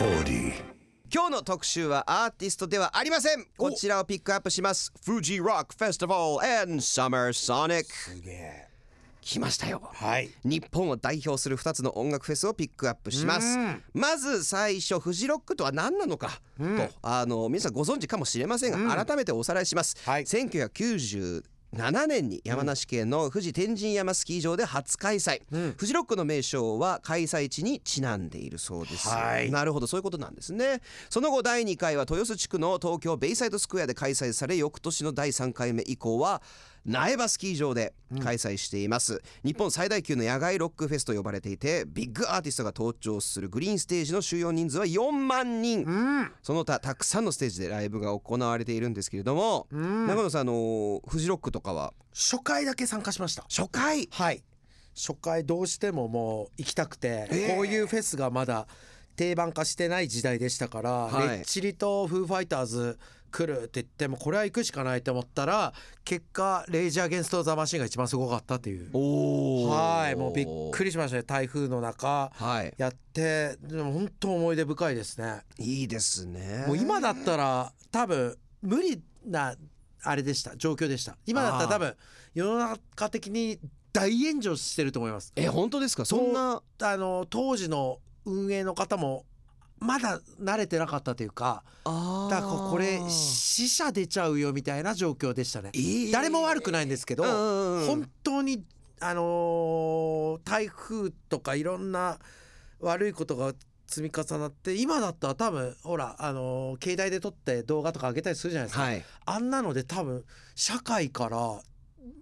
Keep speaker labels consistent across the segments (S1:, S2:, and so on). S1: Audi.
S2: 今日の特集はアーティストではありませんこちらをピックアップしますフジロックフェスティバル and Summer Sonic
S3: すげえ
S2: 来ましたよ
S3: はい
S2: 日本を代表する2つの音楽フェスをピックアップします
S3: うん
S2: まず最初フジロックとは何なのかと、
S3: ん
S2: あの皆さんご存知かもしれませんが、改めておさらいします、
S3: はい
S2: 1997年に山梨県の富士天神山スキー場で初開催、フジロックの名称は開催地にちなんでいるそうです、
S3: はい
S2: なるほどそういうことなんですねその後第2回は豊洲地区の東京ベイサイドスクエアで開催され翌年の第3回目以降は苗場スキー場で開催しています、日本最大級の野外ロックフェスと呼ばれていてビッグアーティストが登場するグリーンステージの収容人数は4万人、
S3: うん
S2: その他たくさんのステージでライブが行われているんですけれども、長野さんあのーフジロックとかは
S3: 初回だけ参加しました
S2: 初回
S3: はい初回どうしてももう行きたくて、
S2: え
S3: こういうフェスがまだ定番化してない時代でしたから、
S2: はい
S3: めっちりとフーファイターズ来るって言ってもこれは行くしかないと思ったら結果レイジー・アゲンスト・ザ・マシンが一番すごかったっていう
S2: お
S3: はいもうびっく
S2: り
S3: りしましたね台風の中
S2: はい
S3: やってでも本当思い出深いですね
S2: いいですね
S3: もう今だったら多分無理なあれでした状況でした今だったら多分世の中的に大炎上してると思います
S2: え本当ですかそんな
S3: あの当時の運営の方もまだ慣れてなかったというか
S2: あ
S3: だ
S2: ー
S3: からこうこれ死者出ちゃうよみたいな状況でしたね
S2: えー
S3: 誰も悪くないんですけど
S2: うんうんうん
S3: 本当にあのー台風とかいろんな悪いことが積み重なって今だったら多分ほらあのー携帯で撮って動画とか上げたりするじゃないですか、
S2: はい
S3: あんなので多分社会から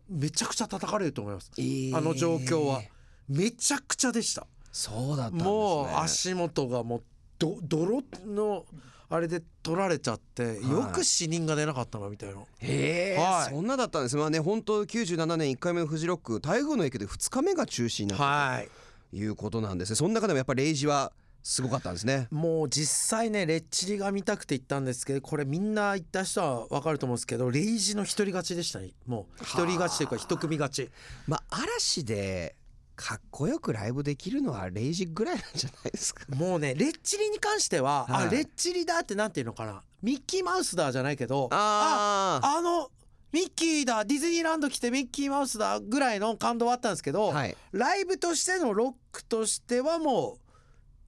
S3: めちゃくちゃ叩かれると思います
S2: えー
S3: あの状況はめちゃくちゃでした
S2: そうだったんですね
S3: もう足元がもうど泥のあれで取られちゃって、
S2: い
S3: よく死人が出なかったなみたいな
S2: へえ、
S3: はい
S2: そんなだったんですまあね本当97年1回目のフジロック台風の影響で2日目が中止になった
S3: はい
S2: ということなんですねその中でもやっぱレイジはすごかったんですね
S3: もう実際ねレッチリが見たくて行ったんですけどこれみんな行った人は分かると思うんですけどレイジの一人勝ちでしたねもう一人勝ちというか一組勝ち
S2: まあ嵐でかっこよくライブできるのはレイジぐらいなんじゃないですか
S3: もうねレッチリに関しては、
S2: はい
S3: あレッチリだってなんていうのかなミッキーマウスだじゃないけど
S2: あー
S3: ああのミッキーだディズニーランド来てミッキーマウスだぐらいの感動はあったんですけど、
S2: はい
S3: ライブとしてのロックとしてはも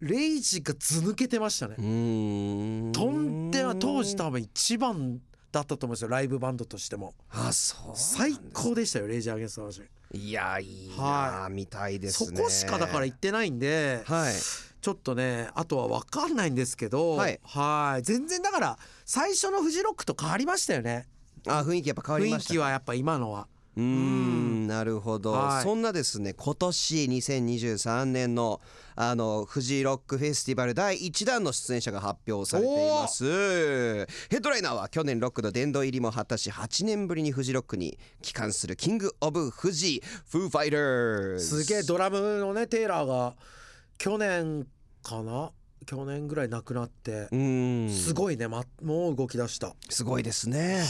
S3: うレイジがず抜けてましたね
S2: う。ーん
S3: とんでは当時多分一番だったと思うんですよライブバンドとしても
S2: あそう
S3: 最高でしたよレイジー・アゲンスト・マシン
S2: いやーいいな
S3: は
S2: ーみたいで
S3: そ
S2: すね
S3: こしかだから行ってないんで、
S2: はい
S3: ちょっとねあとは分かんないんですけど
S2: はい
S3: はい全然だから最初のフジロックと変わりましたよね
S2: あ雰囲気やっぱ変わり
S3: 雰
S2: ま
S3: 囲
S2: した
S3: 気はやっぱ今のは
S2: うーんなるほど、
S3: はい
S2: そんなですね今年2023年のあのフジロックフェスティバル第1弾の出演者が発表されていますヘッドライナーは去年ロックの殿堂入りも果たし8年ぶりにフジロックに帰還するキング・オブ・フジフー・ファイターズ
S3: すげえドラムのねテイラーが去年かな去年ぐらい亡くなって
S2: うーん
S3: すごいね、ま、もう動き出した
S2: すごいですね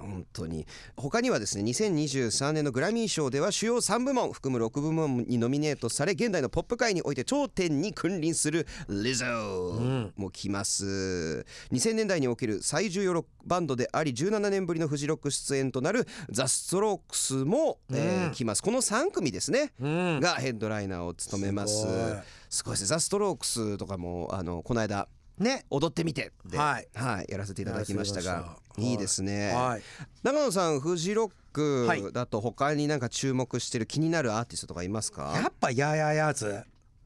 S2: 本当に他にはですね2023年のグラミー賞では主要3部門含む6部門にノミネートされ現代のポップ界において頂点に君臨するリゾーも来ます2000年代における最重要ロックバンドであり17年ぶりのフジロック出演となるザ・ストロークスも、えー来ますこの3組ですね、
S3: ん
S2: がヘッドライナーを務めます
S3: すごい
S2: すごいですねザ・ストロークスとかもあのこの間
S3: ね
S2: 踊ってみてで、
S3: はい
S2: やらせていただきました
S3: やら
S2: が
S3: せていただきました
S2: いいですね、
S3: はい
S2: 長野さんフジロッ
S3: はい
S2: クだと他になんか注目してる気になるアーティストとかいますか、
S3: やっぱヤーヤーヤーズ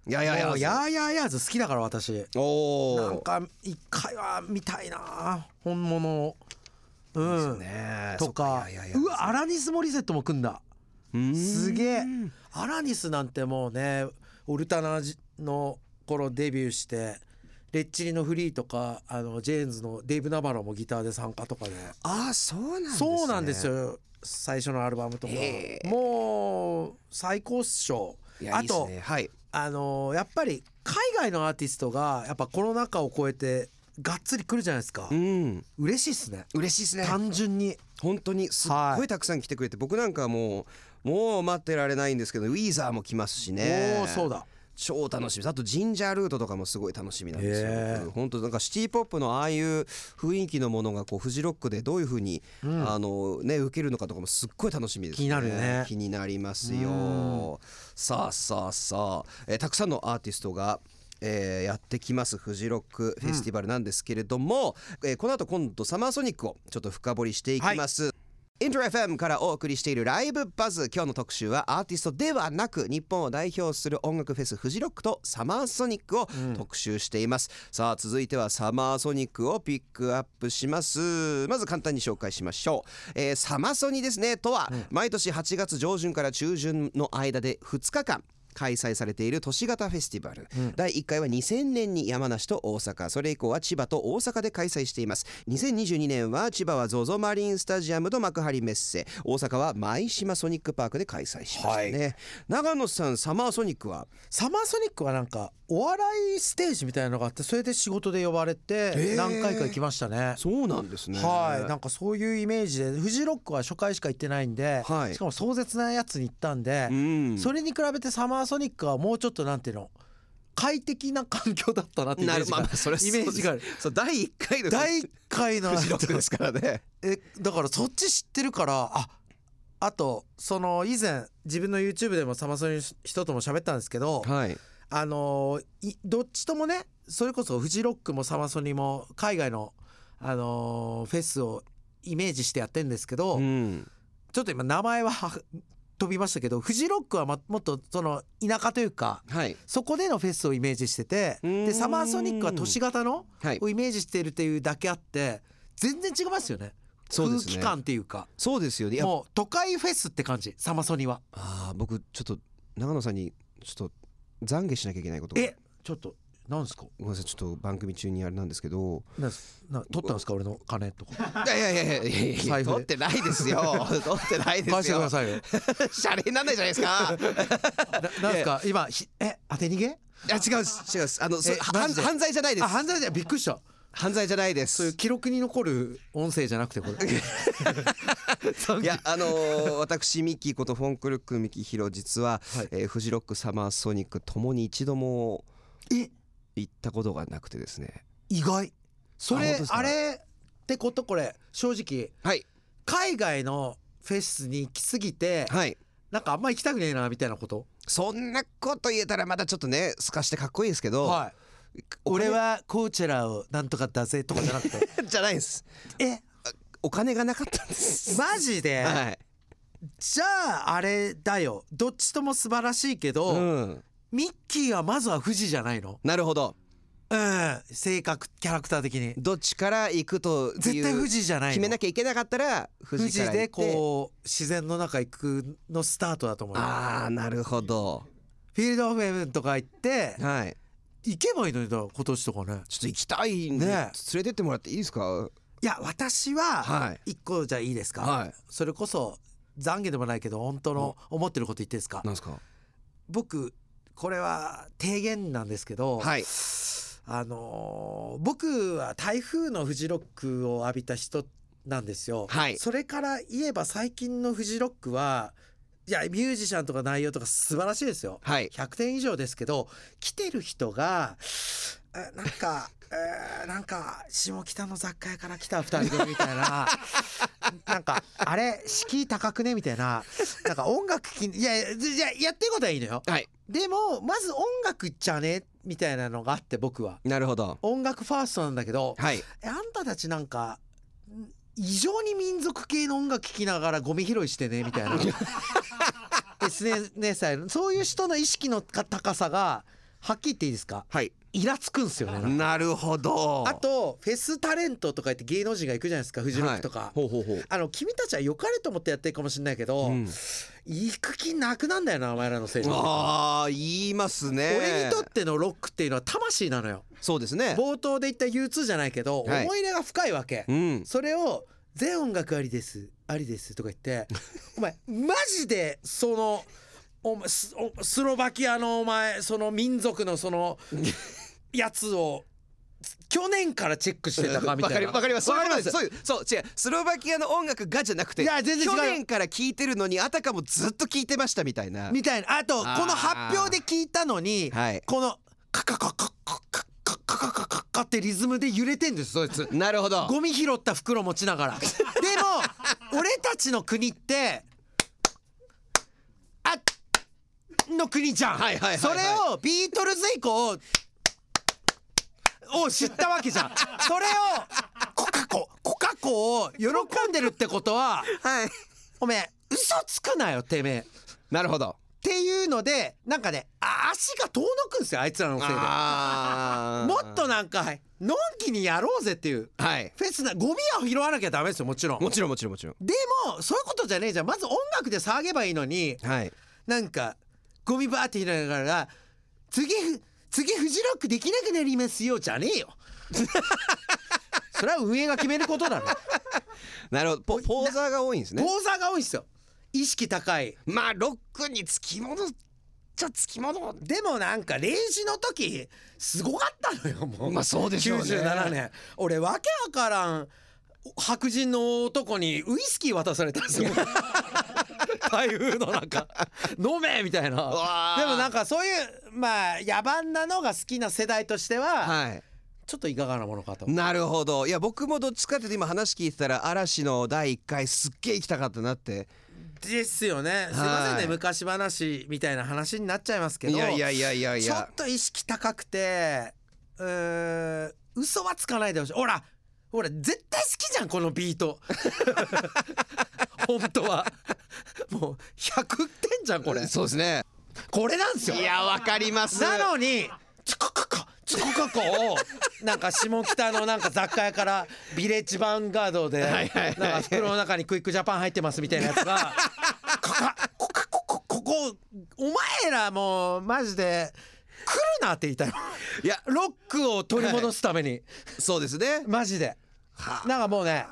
S2: い、やいやい
S3: も
S2: や
S3: うヤーヤーヤーズ好きだから私
S2: お
S3: なん
S2: お
S3: か一回は見たいな本物をうん
S2: ねえ
S3: とか
S2: そっいやいやいや
S3: うわアラニス・モリセットも組んだ
S2: うーん
S3: すげえアラニスなんてもうねオルタナの頃デビューしてレッチリのフリーとかあのジェーンズのデイブ・ナバロもギターで参加とかで
S2: ああそうなんです、ね、
S3: そうなんですよ最初のアルバムとか
S2: へ
S3: もう最高っしょ
S2: いや
S3: あ
S2: いいです
S3: と
S2: ねはい
S3: あのーやっぱり海外のアーティストがやっぱコロナ禍を超えてがっつり来るじゃないですか、
S2: うん
S3: 嬉しいっすね
S2: 嬉しいですね
S3: 単純に
S2: 本当にすっ
S3: は
S2: ごい
S3: い
S2: たくさん来てくれて、僕なんかもうもう待ってられないんですけどウィーザーも来ますしね
S3: おーそうだ
S2: 超楽しみですあとジンジャールートとかもすごい楽しみなんですよ、
S3: へえ
S2: 僕本当なんかシティ・ポップのああいう雰囲気のものがこうフジロックでどういうふうに、あのね受けるのかとかもすっごい楽しみです
S3: 気になるね
S2: 気になります
S3: うん
S2: よさあさあさあ、えーたくさんのアーティストがえーやってきますフジロックフェスティバルなんですけれども、えーこの後今度サマーソニックをちょっと深掘りしていきます、イントロ FM からお送りしているライブバズ今日の特集はアーティストではなく日本を代表する音楽フェスフジロックとサマーソニックを特集しています、さあ続いてはサマーソニックをピックアップしますまず簡単に紹介しましょう、えーサマソニですねとは毎年8月上旬から中旬の間で2日間開催されている都市型フェスティバル、第1回は2000年に山梨と大阪それ以降は千葉と大阪で開催しています2022年は千葉は ZOZO マリンスタジアムと幕張メッセ大阪は舞島ソニックパークで開催しましたね、長野さんサマーソニックは
S3: サマーソニックはなんかお笑いステージみたいなのがあってそれで仕事で呼ばれて
S2: ー
S3: 何回か行きましたね。
S2: そうなんですね
S3: はいなんかそういうイメージでフジロックは初回しか行ってないんで、
S2: はい
S3: しかも壮絶なやつに行ったんで
S2: う、ん
S3: それに比べてサマーソニックはもうちょっとなんていうの快適な環境だったなってイメ
S2: な
S3: ー
S2: る
S3: ジ
S2: ま
S3: が
S2: あまあそれは
S3: イメージがある
S2: そうですそう第1回の
S3: 第一回の
S2: フジロックですからね
S3: えだからそっち知ってるからああとその以前自分の YouTube でもサマソニの人とも喋ったんですけど、
S2: はい
S3: あのーいどっちともねそれこそフジロックもサマソニも海外の、あのーフェスをイメージしてやってんですけど、
S2: ん
S3: ちょっと今名前は 飛びましたけどフジロックは、ま、もっとその田舎というか
S2: はい
S3: そこでのフェスをイメージしてて
S2: うー
S3: で
S2: ん
S3: サマーソニックは都市型の
S2: はい
S3: をイメージしてるっていうだけあって全然違いますよね
S2: そうで
S3: 空
S2: すね
S3: 気感っていうか
S2: そうですよねいや
S3: もう都会フェスって感じサマソニは
S2: ああ僕ちょっと長野さんにちょっと懺悔しなきゃいけないことが
S3: えちょっとなんですか
S2: ごめんなさいちょっと番組中にあれなんですけど
S3: なんすな取ったんですか俺の金と か
S2: いやいやいやいやいやいや
S3: 財布で
S2: 取ってないですよ取ってないで
S3: 返し
S2: す
S3: てく
S2: よ
S3: ださいよ
S2: シャレになんないじゃないですか
S3: ななんすか今ひえ当て逃げ
S2: いや違うです違うですあのそ
S3: えマ
S2: 犯
S3: ジで
S2: 犯罪じゃないで
S3: あ
S2: す
S3: 犯罪だびっくりした
S2: 犯罪じゃないで
S3: そういう
S2: す
S3: 記録に残る音声じゃなく てこれ
S2: いやあのー私ミッキーことフォンクルックミキヒロ実は、
S3: はい
S2: えーフジロックサマーソニックともに一度も
S3: え
S2: 行ったことがなくてですね
S3: 意外そ
S2: あ本
S3: れ
S2: 当です
S3: あ
S2: か
S3: れってことこれ正直
S2: はい
S3: 海外のフェスに行きすぎて
S2: はい
S3: なんかあんま行きたくねえなみたいなこと
S2: そんなこと言えたらまたちょっとね透かしてかっこいいですけど、
S3: はい
S2: お金
S3: 俺はコーチェラをなんとかだぜとかじゃな くて
S2: じゃないです
S3: え
S2: お金がなかったん です
S3: マジで、
S2: はい、
S3: じゃああれだよどっちとも素晴らしいけど、
S2: うん、
S3: ミッキーはまずは富士じゃないの
S2: なるほど
S3: うん性格キャラクター的に
S2: どっちから行くとってい
S3: 絶対
S2: う
S3: 富士じゃないの
S2: 決めなきゃいけなかったら富
S3: 富
S2: 士
S3: 士
S2: から行って
S3: でこう自然の中行くのスタートだと思うよ
S2: ああなるほど
S3: フィールドオフェムとか行って
S2: はい
S3: 行けばいいのにだから今年とかね
S2: ちょっと行きたいんで、
S3: ね
S2: 連れてってもらっていいですか
S3: いや私は
S2: は
S3: 一個じゃいいですか、
S2: はい
S3: それこそ懺悔でもないけど本当の思ってること言っていいですか
S2: なんですか
S3: 僕これは提言なんですけど、
S2: はい
S3: あのー僕は台風のフジロックを浴びた人なんですよ、
S2: はい
S3: それから言えば最近のフジロックはいやミュージシャンとか内容とか素晴らしいですよ
S2: はい
S3: 100点以上ですけど来てる人があなんかえーなんか下北の雑貨屋から来た2人組みたいななんかあれ敷居高くねみたいななんか音楽聴きいやいやいややってることはいいのよ
S2: はい
S3: でもまず音楽じゃねみたいなのがあって僕は
S2: なるほど
S3: 音楽ファーストなんだけど
S2: はい
S3: えあんたたちなんかん異常に民族系の音楽聴きながらゴミ拾いしてねみたい な SNS やそういう人の意識のか高さがはっきり言っていいですか
S2: はい
S3: イラつくんすよねなんか
S2: なるほど
S3: あとフェスタレントとか言って芸能人が行くじゃないですかフジロックとか、
S2: はいほうほうほう
S3: あの君たちは良かれと思ってやってるかもしれないけど、
S2: うん
S3: 行く気なくなんだよなお前らのせいで
S2: ああ言いますね
S3: 俺にとってのロックっていうのは魂なのよ
S2: そうですね
S3: 冒頭で言った U2 じゃないけど、
S2: はい
S3: 思い入れが深いわけ、
S2: うん
S3: それを「全音楽ありですありです」とか言って「お前マジでそのお前スおスロバキアのお前その民族のそのやつを去年からチェックしてたかみたいな
S2: わかりますわ
S3: わ
S2: か
S3: か
S2: り
S3: り
S2: ま
S3: ます
S2: すそういうそう違うスロバキアの音楽がじゃなくて
S3: いや全然違う
S2: 去年から聞いてるのにあたかもずっと聞いてましたみたいな
S3: みたいなあとこ
S2: あー
S3: の発表で聞いたのに
S2: はい
S3: このカカカカカカカカカカカカってリズムで揺れてんですそいつ
S2: なるほど
S3: ゴミ拾った袋持ちながらでも俺たちの国ってあの国じゃん、
S2: はいはいはいはい
S3: それをビートルズ以降を知ったわけじゃんそれをコカココカコを喜んでるってことは
S2: はい
S3: おめえ嘘つくなよてめえっ
S2: なるほど
S3: ていうのでなんかねあ足が遠のくんですよあいつらのせいで
S2: あー
S3: もっとなんかのんきにやろうぜっていう
S2: はい
S3: フェスなゴミは拾わなきゃダメですよもちろん
S2: もちろんもちろんもちろん
S3: でもそういうことじゃねえじゃんまず音楽で騒げばいいのに
S2: はい
S3: なんかゴミバーって拾いながら次ふ次フジロックできなくなりますよじゃねえよ それは運営が決めることだろ
S2: なるほどポポーザーが多いんですね
S3: 坊座が多いんですよ意識高い
S2: まあロックにつきものじゃつきもの
S3: でもなんか0時の時すごかったのよもう
S2: まあそうでしょうね
S3: 97年俺わけわからん白人の男にウイスキー渡されたんです よ台風の中飲めみたいな
S2: わー
S3: でもなんかそういうまあ野蛮なのが好きな世代としては、
S2: はい
S3: ちょっといかがなものかと
S2: なるほどいや僕もどっちかっていうと今話聞いてたら嵐の第1回すっげえ行きたかったなって
S3: ですよねすいません
S2: はい
S3: ね昔話みたいな話になっちゃいますけど
S2: いやいやいやいやい
S3: ちょっ
S2: や
S3: と意識高くてうーん嘘はつかないでほしいほらほら絶対好きじゃんこのビート本当はもう100点じゃんこれ
S2: そうですね
S3: これなんですよ
S2: いやわかります
S3: なのにチコココチコココをなんか下北のなんか雑貨屋からビレッジヴァンガードで
S2: はいはいはい
S3: なんか袋の中にクイックジャパン入ってますみたいなやつが「コカコカココここお前らもうマジで来るな」って言いたい
S2: いや
S3: ロックを取り戻すために
S2: そうですね
S3: マジでなんかもうね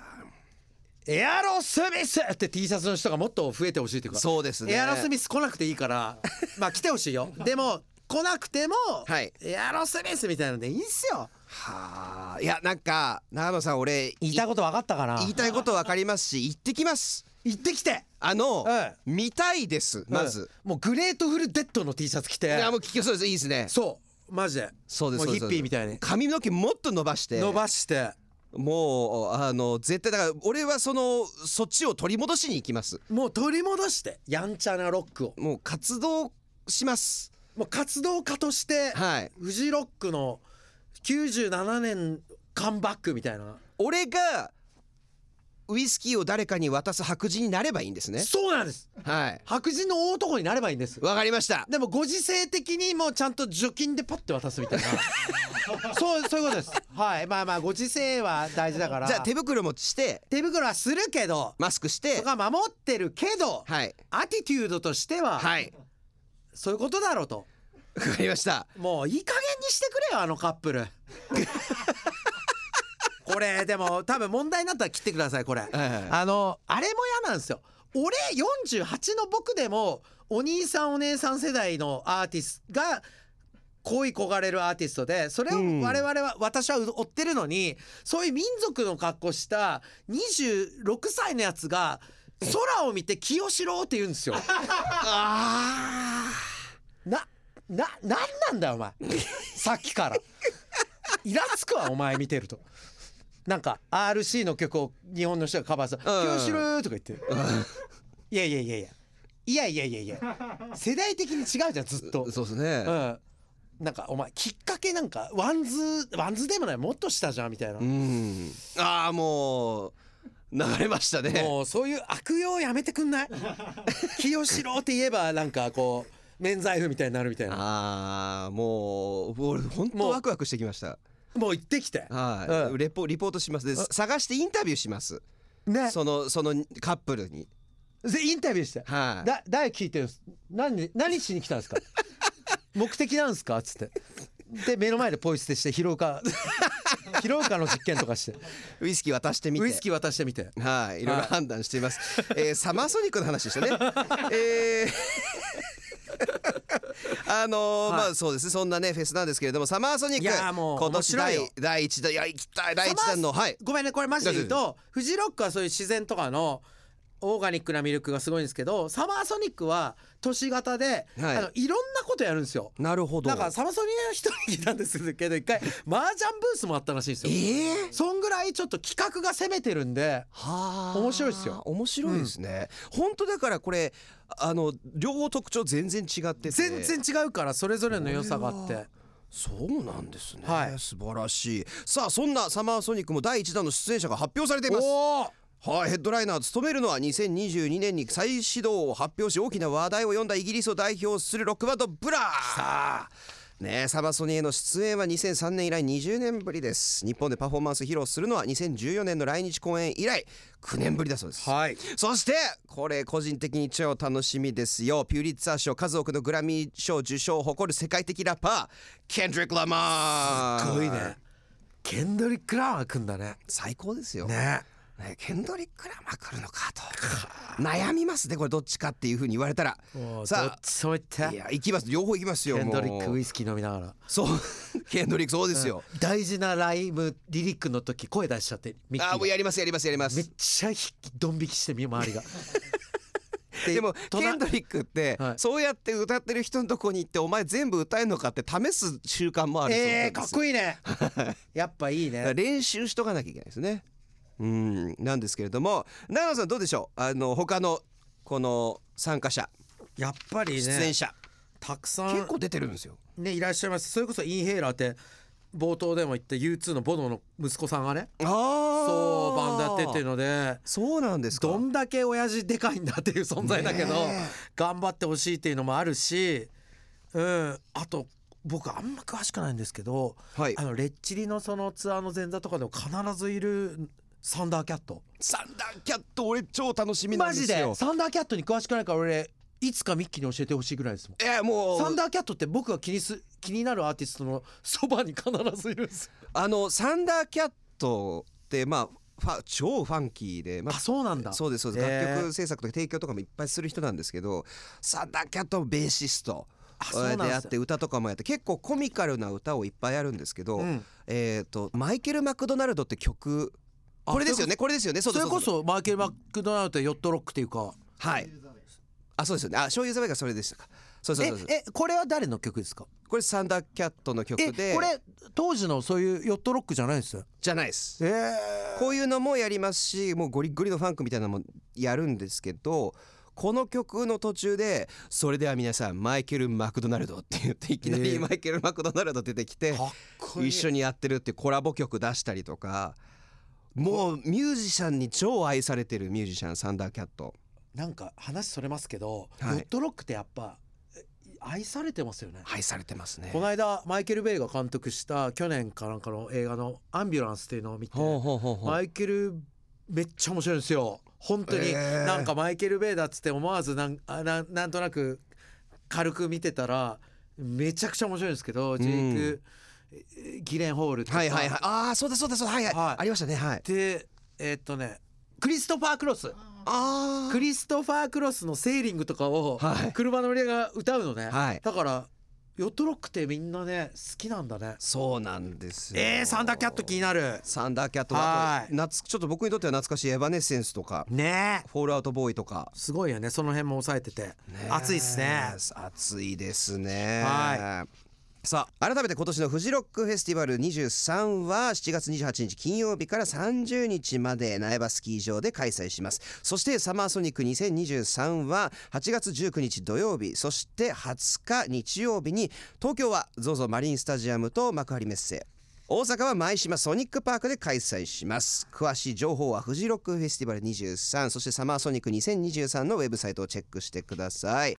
S3: エアロスミスって T シャツの人がもっと増えてほしいっていうか
S2: そうですね
S3: エアロスミス来なくていいから まあ来てほしいよでも来なくても、
S2: はい
S3: エアロスミスみたいなのでいいんすよ
S2: はあいやなんか長野さん俺
S3: 言いたいこと分かったかな
S2: 言いたいことわかりますし行ってきます
S3: 言ってきて
S2: あの、
S3: え
S2: 見たいですまず、
S3: うんもうグレートフルデッドの T シャツ着て
S2: いやもう聞きそうですいいですね
S3: そうマジで
S2: そうで
S3: も
S2: すそう
S3: う
S2: で
S3: ヒ
S2: す
S3: ッピーみたいに
S2: 髪の毛もっと伸ばして
S3: 伸ばして
S2: もうあの絶対だから俺はそのそっちを取り戻しに行きます
S3: もう取り戻してやんちゃなロックを
S2: もう活動します
S3: もう活動家として、
S2: はい
S3: フジロックの97年カムバックみたいな
S2: 俺がウイスキーを誰かに渡す白人になればいいんですね
S3: そうなんです
S2: はい
S3: 白人の大男になればいいんです
S2: わかりました
S3: でもご時世的にもうちゃんと除菌でパッて渡すみたい なそうそういうことですはいまあまあご時世は大事だから
S2: じゃあ手袋もして
S3: 手袋はするけど
S2: マスクして
S3: とか守ってるけど、
S2: はい
S3: アティテュードとしては、
S2: はい
S3: そういうことだろうと
S2: わかりました
S3: もういい加減にしてくれよあのカップ ルこれでも多分問題になったら切ってくださいこれ、
S2: ええ
S3: あのあれも嫌なんですよ俺48の僕でもお兄さんお姉さん世代のアーティストが恋焦がれるアーティストでそれを
S2: うん
S3: 我々は、私は追ってるのにそういう民族の格好した26歳のやつが空を見て清志郎って言うんですよ。
S2: あ
S3: な、な、なんなんだよお前。 さっきから。イラつくわお前見てると。なんか RC の曲を日本の人がカバーする「
S2: うん
S3: 清志郎」とか言っていやいやいやいやいやいやいやいや世代的に違うじゃんずっと
S2: あ、そうですね
S3: うん、なんかお前きっかけなんかワンズワンズでもないもっとしたじゃんみたいな、
S2: うんああもう流れましたね
S3: もうそういう悪用やめてくんない 清志郎って言えばなんかこう免罪符みたいになるみたいな
S2: ああもう俺本
S3: も
S2: 当
S3: う
S2: ワクワクしてきました
S3: もう行ってきて、
S2: はい、
S3: うん
S2: レポリポートしますで探してインタビューします
S3: ね
S2: そのそのカップルに
S3: でインタビューして
S2: はい、
S3: だ誰聞いてるんです何何しに来たん ですか目的なんですか?」っつってで目の前でポイ捨てして疲労 か疲労かの実験とかして
S2: ウイスキー渡してみて
S3: ウイスキー渡してみて
S2: はい、いろいろ判断してい ます。えーサマーソニックの話でしたね。えー あのー
S3: はい
S2: まあそうですねそんなねフェスなんですけれどもサマーソニック
S3: いやーもう
S2: 今年第
S3: 面白いよ
S2: 第一弾いや行きたい第一弾のはい
S3: ごめんねこれマジで言うとフジロックはそういう自然とかのオーガニックな魅力がすごいんですけどサマーソニックは都市型で、
S2: はい
S3: い、あのいろんなことやるんですよ。
S2: なるほど
S3: なんかサマソニアの人に聞いたんですけど一回麻雀ブースもあったらしいんです
S2: え
S3: よ。
S2: ー、
S3: そんぐらいちょっと企画が攻めてるんで
S2: はあ
S3: 面白いっすよ
S2: 面白いですね、本当だからこれあの両方特徴全然違ってて
S3: 全然違うからそれぞれの良さがあって。
S2: そうなんですね、
S3: はい
S2: 素晴らしいさあそんなサマーソニックも第1弾の出演者が発表されています
S3: おー
S2: はい、ヘッドライナーを務めるのは2022年に再始動を発表し大きな話題を呼んだイギリスを代表するロックバンドブラーねえサマソニーへの出演は2003年以来20年ぶりです日本でパフォーマンス披露するのは2014年の来日公演以来9年ぶりだそうです、
S3: はい
S2: そしてこれ個人的に超楽しみですよピューリッツァー賞数多くのグラミー賞受賞を誇る世界的ラッパーケンドリック・ラマ
S3: す
S2: ー
S3: ごいねケンドリック・ラマーくんだね
S2: 最高ですよ
S3: ね
S2: ね、ケンドリック・ラマー来るのかと悩みますねこれどっちかっていうふうに言われたら
S3: さあどっ
S2: さ
S3: ちそう言っ
S2: あい
S3: て
S2: や行きます両方行きますよ
S3: ケンドリッ
S2: も
S3: ク
S2: う
S3: ウイスキー飲みながら
S2: そう ケンドリックそうですよ、
S3: 大事なライブリリックの時声出しちゃってミッキー
S2: あも
S3: が
S2: うやりますやりますやりま
S3: めっ
S2: す
S3: ちゃひドン引きしてみ周りがで
S2: でもケ
S3: 隣
S2: ンドリックって、
S3: はい
S2: そうやって歌ってる人のとこに行ってお前全部歌えるのかって試す習慣もあるそ う
S3: えー、
S2: なんで
S3: かっ
S2: すよ
S3: こいいね やっぱいい
S2: だから
S3: ね
S2: 練習しとかなきゃいけないですねうんなんですけれども長野さんどうでしょうあの他のこの参加者
S3: やっぱり
S2: 出演者、
S3: たくさ
S2: 結
S3: ん
S2: 構出てるんですよ
S3: ねいらっしゃいますそれこそインヘーラーって冒頭でも言った U2 のボノの息子さんがね
S2: あ
S3: そうバンドやってっていうので
S2: そうなんですか
S3: どんだけ親父でかいんだっていう存在だけど、
S2: ね
S3: 頑張ってほしいっていうのもあるし、うん、あと僕あんま詳しくないんですけど、
S2: はい
S3: あのレッチリのそのツアーの前座とかでも必ずいるサンダーキャット
S2: サンダーキャット俺超楽しみなん
S3: マ
S2: です
S3: ジ
S2: よ
S3: でサンダーキャットに詳しくないから俺いつかミッキーに教えてほしいぐらいですもん。
S2: えーもう
S3: サンダーキャットって僕が気にす気になるアーティストのそばに必ずいるんですよ。
S2: あのサンダーキャットってまあファ超ファンキーで、ま
S3: あそうなんだ。
S2: そうですそうです、
S3: へー
S2: 楽曲制作とか提供とかもいっぱいする人なんですけどサンダーキャットもベーシスト
S3: あそうなんですよ
S2: やって歌とかもやって結構コミカルな歌をいっぱいあるんですけど、
S3: うん
S2: えっ、とマイケル・マクドナルドって曲
S3: あ
S2: これですよねこれですよねそう
S3: そ
S2: だ
S3: れ
S2: うだ
S3: こそマイケル・マクドナルドやヨットロックっていうか
S2: はいあそうですよねあ醤油ザメがそれでしたかそうそう
S3: え
S2: そうそう
S3: えこれは誰の曲ですか
S2: これサンダーキャットの曲
S3: え
S2: で
S3: これ当時のそういうヨットロックじゃないんですよ
S2: じゃないです
S3: え
S2: こういうのもやりますしもうゴリッゴリのファンクみたいなのもやるんですけどこの曲の途中で「それでは皆さんマイケル・マクドナルド」って言っていきな
S3: え
S2: り
S3: ー
S2: マイケル・マクドナルド出てきて
S3: かっこいい
S2: 一緒にやってるっていうコラボ曲出したりとかもうミュージシャンに超愛されてるミュージシャンサンダーキャット
S3: なんか話それますけど、
S2: はい
S3: ヨットロックってやっぱえ愛されてますよね、
S2: 愛されてますね。
S3: この間マイケル・ベイが監督した去年かなんかの映画の「アンビュランス」っていうのを見て
S2: ほうほうほうほう
S3: マイケルめっちゃ面白いんですよ本当に、
S2: えー
S3: なんかマイケル・ベイだっつって思わずなんあななんとなく軽く見てたらめちゃくちゃ面白いんですけど、ジェイク・えギレンホールとか、
S2: はいはいはいああそうだそうだそうだはいはい、
S3: はい
S2: ありましたねはい
S3: でえっとねクリストファー・クロス
S2: あ
S3: クリストファー・クロスの「セーリング」とかを
S2: はい
S3: 車の乗りが歌うのね、
S2: はい
S3: だからヨットロックってみんなね好きなんだね
S2: そうなんですよ
S3: えー、サンダーキャット気になる
S2: サンダーキャット
S3: は
S2: あ
S3: い
S2: と夏ちょっと僕にとっては懐かしいエヴァネッセンスとか
S3: ねえ
S2: フォールアウトボーイとか
S3: すごいよねその辺も抑えてて、熱いっすね
S2: 暑いですね
S3: は
S2: さあ改めて今年のフジロックフェスティバル23は7月28日金曜日から30日まで苗場スキー場で開催しますそしてサマーソニック2023は8月19日土曜日そして20日日曜日に東京は ZOZO マリンスタジアムと幕張メッセ大阪は舞島ソニックパークで開催します詳しい情報はフジロックフェスティバル23そしてサマーソニック2023のウェブサイトをチェックしてください